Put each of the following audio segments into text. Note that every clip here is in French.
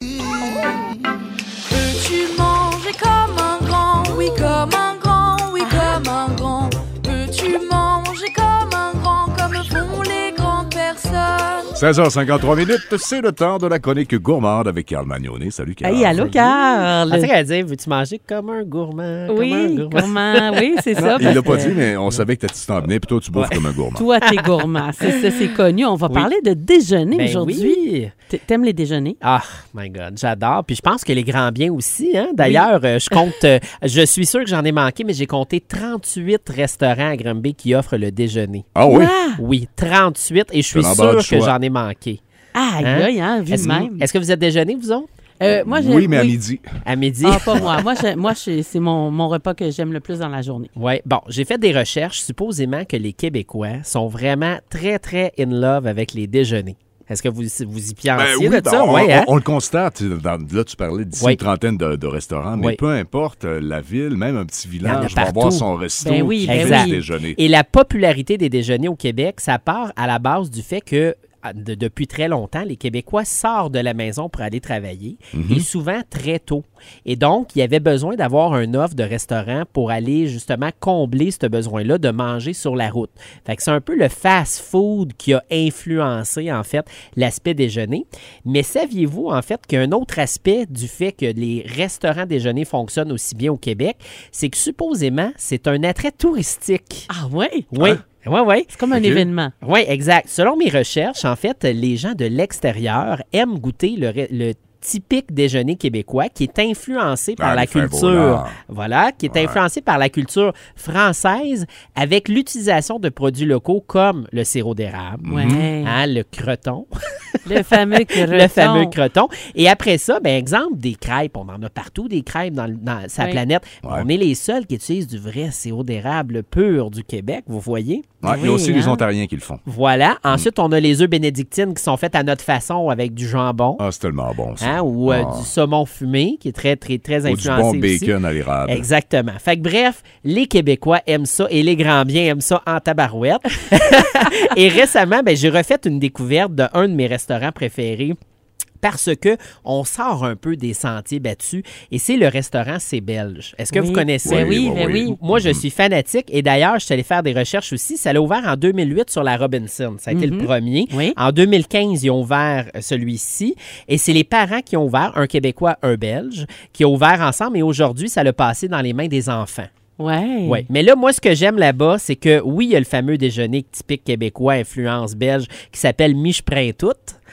Peux-tu manger comme un grand Oui, comme un grand, oui, comme un grand. Peux-tu manger comme un grand, comme font les grandes personnes 16h53 minutes, c'est le temps de la chronique gourmande avec Carl Magnonet. Salut Carl. Hey, allô, Carl! Ah, c'est qu'elle dire, veux-tu manger comme un gourmand? comme un Oui, gourmand. gourmand, oui, c'est ça. Il parce l'a pas que dit, mais on savait que tu t'en venais, puis toi, tu bouffes comme un gourmand. Toi, t'es gourmand. C'est ça, c'est connu. On va Oui. parler de déjeuner Ben aujourd'hui. oui. T- T'aimes les déjeuners? Ah, my God, j'adore. Puis je pense que les grands biens aussi. Hein? D'ailleurs, euh, je compte, euh, je suis sûr que j'en ai manqué, mais j'ai compté 38 restaurants à Granby qui offrent le déjeuner. Ah oui? Ah, Oui, 38, et je suis l'embarras sûr du que choix. j'en ai manqué. aïe, Hein? aïe, hein, vu de Est-ce même. est-ce que vous êtes déjeuné, vous autres, Euh, Ah, moi, j'ai- oui, mais à midi. à midi? Ah, pas moi. Moi, j'ai- moi j'ai- c'est mon, mon repas que j'aime le plus dans la journée. Oui, bon, j'ai fait des recherches, supposément que les Québécois sont vraiment très, très in love avec les déjeuners. Est-ce que vous, vous y Ben piensiez oui, Ah, de ben, ça? on, Ouais, on- hein? on le constate. Dans- là, tu parlais d'ici Oui. une trentaine de, de restaurants, mais Oui. peu importe euh, la ville, même un petit village va partout. avoir son resto Ben oui, qui ben fait oui. le déjeuner. Et la popularité des déjeuners au Québec, ça part à la base du fait que à- de- depuis très longtemps, les Québécois sortent de la maison pour aller travailler et souvent très tôt. Et donc, il y avait besoin d'avoir un offre de restaurant pour aller justement combler ce besoin-là de manger sur la route. Fait que c'est un peu le fast-food qui a influencé en fait l'aspect déjeuner. Mais saviez-vous en fait qu'un autre aspect du fait que les restaurants déjeuners fonctionnent aussi bien au Québec, c'est que supposément c'est un attrait touristique. Ah, ouais? Oui. Oui, oui. C'est comme un Ok. événement. Oui, exact. Selon mes recherches, en fait, les gens de l'extérieur aiment goûter le, ré- le typique déjeuner québécois qui est influencé par Ah, la les fins culture. volants. Voilà, qui est influencé par la culture française avec l'utilisation de produits locaux comme le sirop d'érable, Ouais. hein, le creton, Le fameux creton. le fameux creton. Et après ça, ben, exemple, des crêpes. On en a partout des crêpes dans, le- dans sa Oui. planète. Ouais. On est les seuls qui utilisent du vrai sirop d'érable pur du Québec, vous voyez. Ouais, il y a aussi Oui, les hein. Ontariens qui le font. Voilà. Mm. Ensuite, on a les œufs bénédictines qui sont faites à notre façon avec du jambon Ah, c'est tellement bon, ça. hein, ou euh, Ah. du saumon fumé qui est très, très, très Ou du influencé. bon aussi. bacon à l'érable. Exactement. Fait que bref, les Québécois aiment ça et les grands biens aiment ça en tabarouette. et récemment, ben, j'ai refait une découverte d'un de mes restaurants préférés parce que on sort un peu des sentiers battus et c'est le restaurant C'est Belge. Est-ce que Oui. vous connaissez? Ben oui, ben oui. Moi, je suis fanatique et d'ailleurs, je suis allé faire des recherches aussi. Ça l'a ouvert en 2008 sur la Robinson. Ça a été le premier. Oui. En 2015, ils ont ouvert euh, celui-ci et c'est les parents qui ont ouvert, un Québécois, un Belge, qui ont ouvert ensemble et aujourd'hui, ça l'a passé dans les mains des enfants. Ouais. Ouais. Mais là, moi, ce que j'aime là-bas, c'est que oui, il y a le fameux déjeuner typique québécois, influence belge, qui s'appelle Mich tout.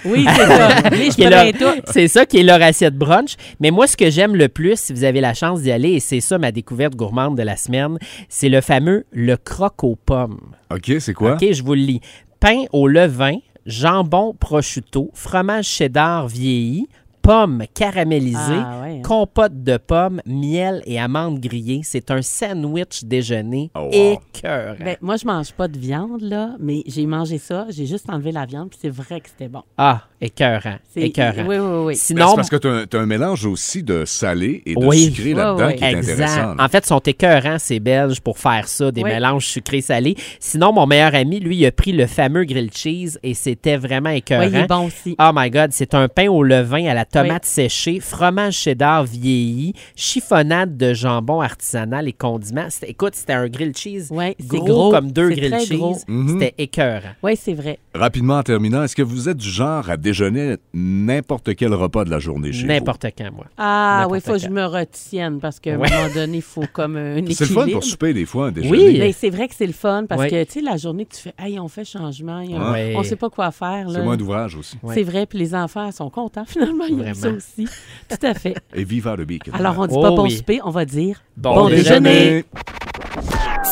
Oui, c'est ça. Les Qui est leur- cheveux C'est ça qui est leur assiette brunch. Mais moi, ce que j'aime le plus, si vous avez la chance d'y aller, et c'est ça ma découverte gourmande de la semaine, c'est le fameux le croque aux pommes. OK, c'est quoi? Ben, OK, je vous le lis. Pain au levain, jambon prosciutto, fromage cheddar vieilli, pommes caramélisées, Ah, ouais. compote de pommes, miel et amandes grillées. C'est un sandwich déjeuner Oh, wow. écœurant. Ben, moi, je mange pas de viande, là, mais j'ai mangé ça. J'ai juste enlevé la viande, puis c'est vrai que c'était bon. Ah, écœurant, C'est- écœurant. Oui, oui, oui. Ben, Sinon, c'est parce que tu as, un mélange aussi de salé et de Oui. sucré Oui, là-dedans oui. qui est intéressant. là. Exact. En fait, ils sont écœurants, ces Belges, pour faire ça, des Oui. mélanges sucrés-salés. Sinon, mon meilleur ami, lui, il a pris le fameux grilled cheese et c'était vraiment écœurant. Oui, il est bon aussi. Oh my God, c'est un pain au levain à la tomate séchée, fromage cheddar vieilli, chiffonnade de jambon artisanal et condiments. C'était- Écoute, c'était un grilled cheese Ouais, c'est gros, gros. comme deux C'est grilled très cheese. gros. Mhm. C'était écœurant. Oui, c'est vrai. Rapidement en terminant, est-ce que vous êtes du genre à déjeuner n'importe quel repas de la journée chez vous? N'importe quand, moi. Ah oui, N'importe il faut que je quand. me retienne parce qu'à Ouais. un moment donné, il faut comme un équilibre. C'est le fun pour souper des fois, un déjeuner. Oui. Mais c'est vrai que c'est le fun parce Ouais. que, tu sais, la journée que tu fais, hey, on fait changement, il y a un- Ouais. on sait pas quoi faire. C'est Là. moins d'ouvrage aussi. Ouais. C'est vrai, puis les enfants sont contents finalement, ils aiment ça Vraiment. aussi. Tout à fait. Et viva le bacon. Alors, on dit pas Oh bon oui. souper, on va dire Bon déjeuner.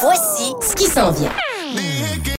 Voici ce qui s'en vient.